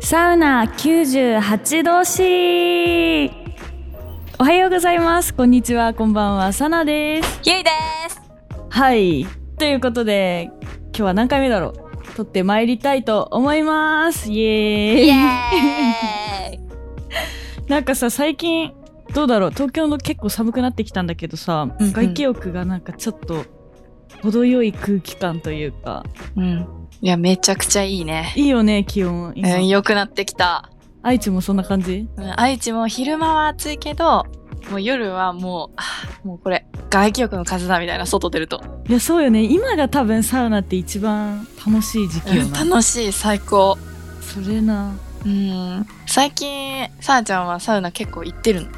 サウナ98度 C おはようございますこんにちはこんばんはサナですゆいですはいということで今日は何回目だろう撮ってまいりたいと思いますイエーイイエーイなんかさ最近どうだろう東京の結構寒くなってきたんだけどさ、うんうん外気浴がなんかちょっと程よい空気感というかうん。いや、めちゃくちゃいいね。いいよね気温う今、ん、良くなってきた。愛知もそんな感じうん、愛知も昼間は暑いけど、もう夜はもう、あもうこれ、外気浴の風だみたいな、外出ると。いやそうよね今が多分サウナって一番楽しい時期よな、楽しい、最高。それなうん。最近、さあちゃんはサウナ結構行ってるの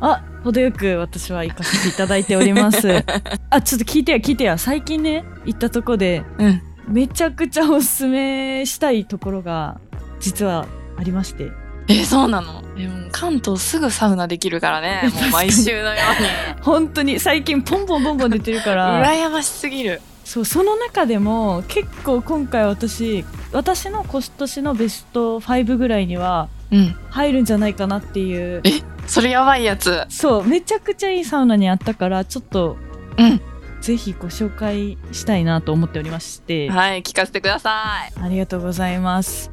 あ程よく私は行かせていただいておりますあちょっと聞いてや聞いてや最近ね行ったとこでうん。めちゃくちゃおすすめしたいところが実はありましてえ、そうなのえ、もう関東すぐサウナできるから ね。もう毎週のように。本当に最近ポンポンポンポン出てるか ら羨ましすぎる。そうその中でも結構今回私私の今年のベスト5ぐらいにはうん。入るんじゃないかなっていうえそれやばいやつ。そうめちゃくちゃいいサウナにあったからちょっとうん。ぜひご紹介したいなと思っておりましてはい、聞かせてください。ありがとうございます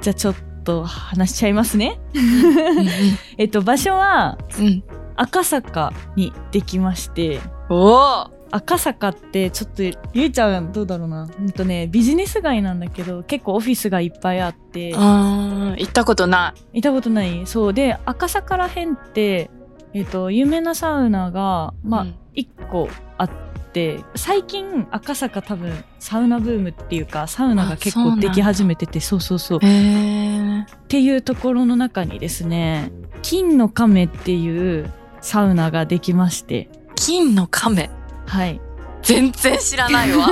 じゃあちょっと話しちゃいますねうえっと場所はんうん。赤坂にできましておお赤坂ってちょっとゆいちゃんどうだろうなうんとねビジネス街なんだけど結構オフィスがいっぱいあってあー行ったことない。いたことないそうで赤坂らへんってえっと有名なサウナがまあ、うん1個あって最近赤坂多分サウナブームっていうかサウナが結あそう構なんでだき始めててそうそうそうへっえ。ていうところの中にですね金の亀っていうサウナができまして金の亀。はい全然知らないわ。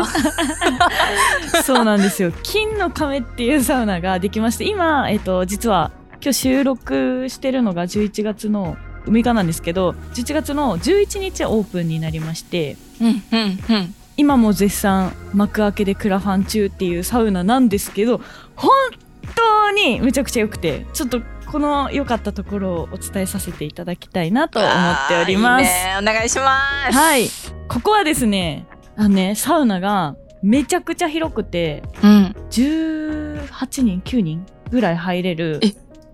そうなんですよ 金の亀っていうサウナができまして今、えっと、実は今日収録してるのが11月の6日なんですけど11月の11日オープンになりまして うんうんうん。今も絶賛幕開けでクラファン中っていうサウナなんですけど本当にめちゃくちゃ良くてちょっとこの良かったところをお伝えさせていただきたいなと思っております。いいねお願いします。はい。ここはですねあのねサウナがめちゃくちゃ広くてうん。 18人9人ぐらい入れるえ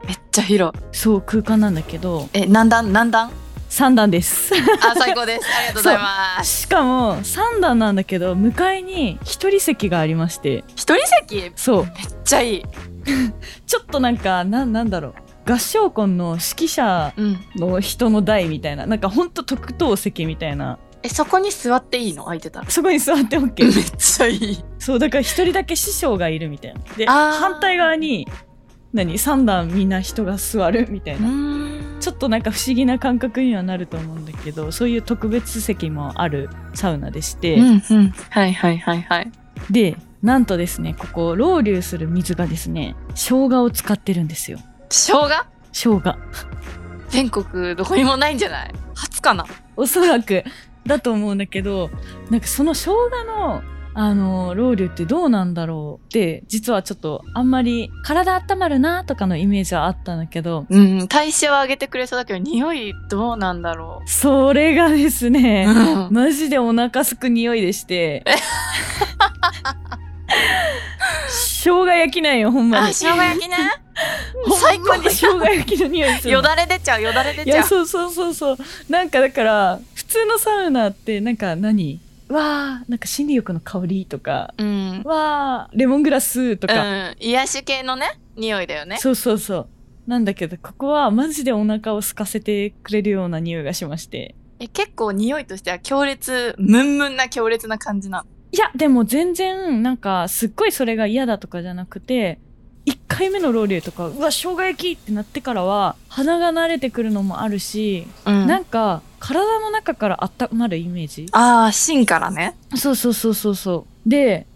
めっちゃ広い。そう空間なんだけどえ、何段何段？ 3段です。あ、最高 です。ありがとうございます。 しかも3段なんだけど向かいに一人席がありまして一人席めっそうちゃいい。ちょっとなんかななんだろう合唱コンの指揮者うん。の人の台みたいななんかほんと特等席みたいなえ、そこに座っていいの？空いてたら。そこに座ってめ OK っちゃいい。そうだから一人だけ師匠がいるみたいなであー反対側に何3段みんな人が座るみたいな、んちょっとなんか不思議な感覚にはなると思うんだけどそういう特別席もあるサウナでして、うんうん。はいはいはいはい。でなんとですねここロウリュする水がですね生姜を使ってるんですよ生姜？生姜全国どこにもないんじゃない？初かな。おそらくだと思うんだけどなんかその生姜のあのロウリュってどうなんだろうって実はちょっとあんまり体温まるなとかのイメージはあったんだけどうん、代謝は上げてくれそうだけど、匂いどうなんだろそれがですう。ねうんマジでお腹すく匂いでして生姜焼きなんよほんまあ、に生姜焼きね。ほんまに生姜焼きの匂いするのよだれ出ちゃう、よだれ出いちゃやう。そうそうそうそうなんかだから普通のサウナってなんか何わあなんか心理浴の香りとかうん。わあレモングラスとうか、ん。癒し系のね、匂いだよね。そうそうそうなんだけどここはマジでお腹を空かせてくれるような匂いがしましてえ結構匂いとしては強烈、ムンムンな強烈な感じなの。いやでも全然なんかすっごいそれが嫌だとかじゃなくて1回目のロウリュとかうわ生姜焼きってなってからは鼻が慣れてくるのもあるし、うんなんか体の中から温まるイメージああ、芯からね。そうそうそうそうそうで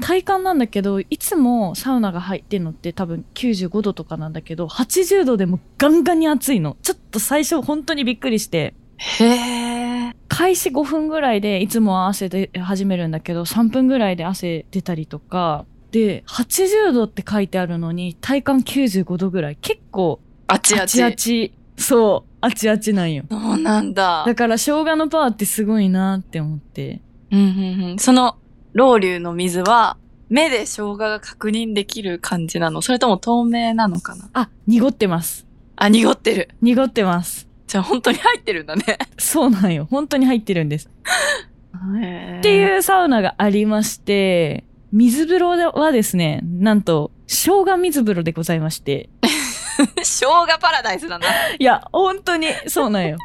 体感なんだけどいつもサウナが入ってんのって多分95度とかなんだけど80度でもガンガンに熱いのちょっと最初本当にびっくりしてへえ。開始5分ぐらいでいつもは汗で始めるんだけど3分ぐらいで汗出たりとかで80度って書いてあるのに体感95度ぐらい結構あちああち。ちあちそうあちあちなんよそうなんだ。だから生姜のパワーってすごいなって思ってうんうんうん。その、老流の水は、目で生姜が確認できる感じなのそれとも透明なのかなあ濁ってますあ、濁ってる。濁ってますじゃあ本当に入ってるんだね。そうなんよ本当に入ってるんですへーっていうサウナがありまして水風呂はですねなんと生姜水風呂でございまして 生姜パラダイスだな。いや、本当に、そうなん よ。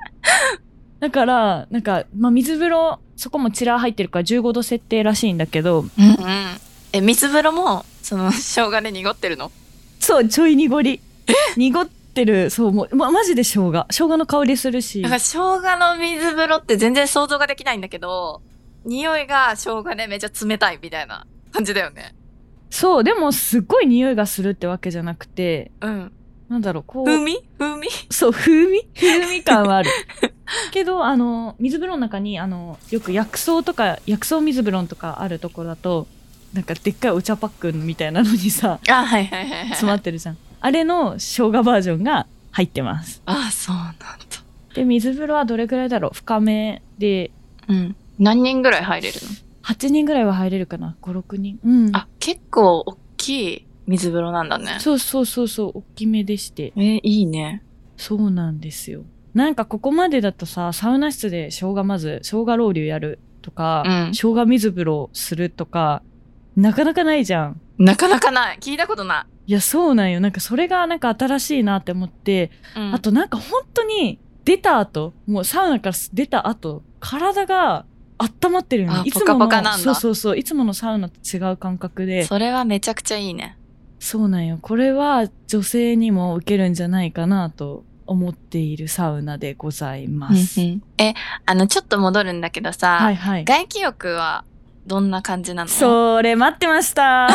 だから、なんか、まあ、水風呂、そこもチラー入ってるから15度設定らしいんだけど、うんうん。え、水風呂も、その、生姜で濁ってるのそう、ちょい濁 り。濁ってる、そう、もう、ま、マジで生姜。生姜の香りするしだか、ら生姜の水風呂って全然想像ができないんだけど、匂いが生姜でめっちゃ冷たいみたいな感じだよね。そう、でもすっごい匂いがするってわけじゃなくて、うん。なんだろう、こ風う、味風味そう、風味風味感はある。 けど、あの、水風呂の中に、あの、よく薬草とか、薬草水風呂とかあるところだと、なんかでっかいお茶パックンみたいなのに さ、あ、はいはいはいはい。詰まってるじゃん。あれの生姜バージョンが入ってます。あ、そうなんだ。で、水風呂はどれくらいだろう深めで、うん。何人ぐらい入れるの8人ぐらいは入れるかな ?5、6人。うん。あ、結構大きい水風呂なんだね。そうそうそうそう、大きめでして。えーいいね。そうなんですよ。なんかここまでだとさ、サウナ室で生姜まず、生姜ロウリュやるとか、うん生姜水風呂するとか、なかなかないじゃん。なかなかない。聞いたことないや、そうなんよ。なんかそれがなんか新しいなって思って、い。うんあ、となんか本当に出た後、もうサウナから出た後、体が温まってるよねあ。いつものポカポカなんだそうそうそう、いつものサウナと違う感覚で、それはめちゃくちゃいいね。そうなんよ。これは女性にも受けるんじゃないかなと思っているサウナでございます。え、あの、ちょっと戻るんだけどさ、はいはい。外気浴はどんな感じなのそれ待ってました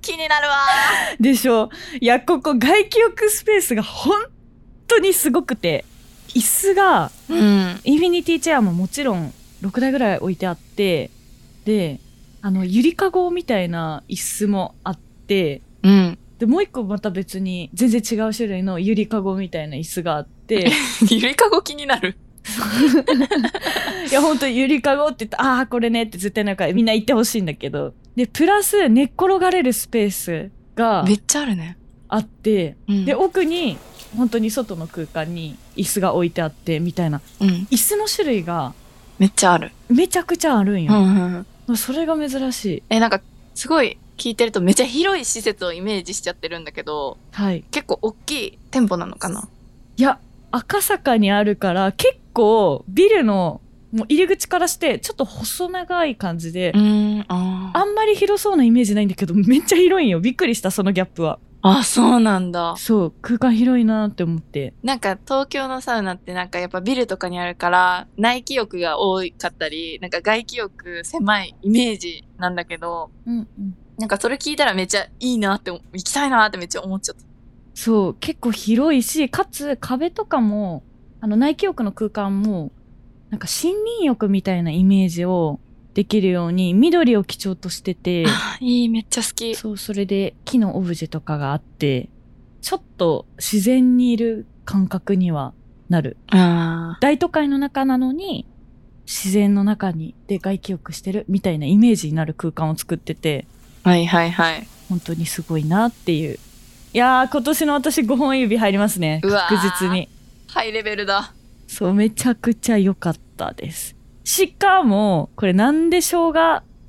気になるわ でしょいやここ外気浴スペースが本当にすごくて椅子がーうん。インフィニティチェアももちろん6台ぐらい置いてあってであのゆりかごみたいな椅子もあってうん。でもう一個また別に全然違う種類のゆりかごみたいな椅子があって ゆりかご気になる。いや本当ゆりかごって言ったああーこれねって絶対なんかみんな言ってほしいんだけどでプラス寝っ転がれるスペースがめっちゃあるね。あってうんで奥に本当に外の空間に椅子が置いてあってみたいなうん。椅子の種類がめっちゃある。めちゃくちゃあるんうんよ、うんうん。それが珍しいえ、なんか、すごい聞いてるとめっちゃ広い施設をイメージしちゃってるんだけど、はい結構大きい店舗なのかないや、赤坂にあるから、結構、ビルの、もう入り口からして、ちょっと細長い感じで、ん、ああんまり広そうなイメージないんだけど、めっちゃ広いんよ。びっくりした、そのギャップは。あ、そうなんだ。そう、空間広いなって思って。なんか東京のサウナってなんかやっぱビルとかにあるから内気浴が多かったり、なんか外気浴狭いイメージなんだけど、うんうん。なんかそれ聞いたらめっちゃいいなって、行きたいなってめっちゃ思っちゃった。そう、結構広いし、かつ壁とかも、あの、内気浴の空間も、なんか森林浴みたいなイメージをできるように、緑を基調としてて、あいい、めっちゃ好き。そう、それで木のオブジェとかがあって、ちょっと自然にいる感覚にはなる。あ大都会の中なのに、自然の中にで外気浴してるみたいなイメージになる空間を作ってて、あ、はいはいはい。本当にすごいなっていう。いやー、今年の私5本指入りますね。うわー確実に。ハイレベルだ。そう、めちゃくちゃ良かったです。しかも、これなんで生姜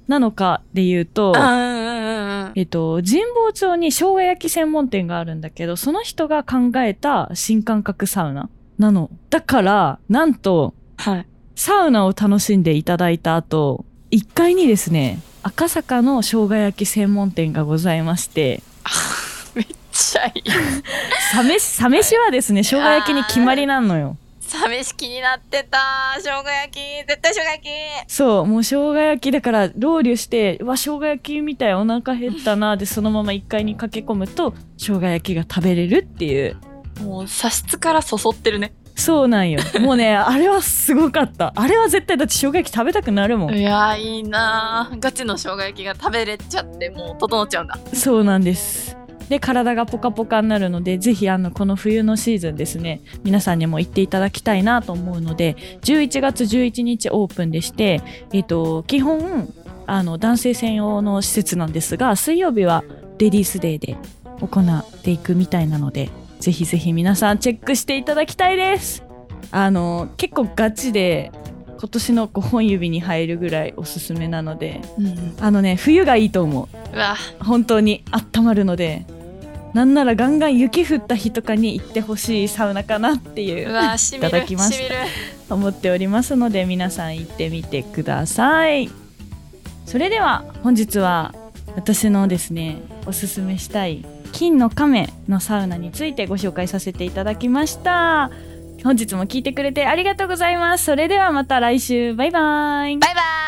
なのかで言うと、あうんうんうん。えっと、神保町に生姜焼き専門店があるんだけど、その人が考えた新感覚サウナなの。だから、なんと、はい。サウナを楽しんでいただいた後、1階にですね、赤坂の生姜焼き専門店がございまして、めっちゃいい。サメシ、サメシはですね、生姜焼きに決まりなんのよ。寂し気になってた。生姜焼き。絶対生姜焼き。そう、もう生姜焼きだから、ロウリュして、うわ、生姜焼きみたい、お腹減ったな、で、そのまま1階に駆け込むと、生姜焼きが食べれるっていう。もう、差しからそそってるね。そうなんよもうねあれはすごかったあれは絶対だって生姜焼き食べたくなるもん、いやーいいなーガチの生姜焼きが食べれちゃってもう整っちゃうんだそうなんですで体がポカポカになるのでぜひあのこの冬のシーズンですね皆さんにも行っていただきたいなと思うので11月11日オープンでして、えっと基本あの男性専用の施設なんですが水曜日はレディースデーで行っていくみたいなのでぜひぜひ皆さんチェックしていただきたいですあの結構ガチで今年の5本指に入るぐらいおすすめなのでうんあのね冬がいいと思ううわ本当に温まるのでなんならガンガン雪降った日とかに行ってほしいサウナかなっていううわしみいたるだきしましたみる思っておりますので皆さん行ってみてくださいそれでは本日は私のですねおすすめしたい金の亀のサウナについてご紹介させていただきました本日も聞いてくれてありがとうございますそれではまた来週バイバイバイバーイ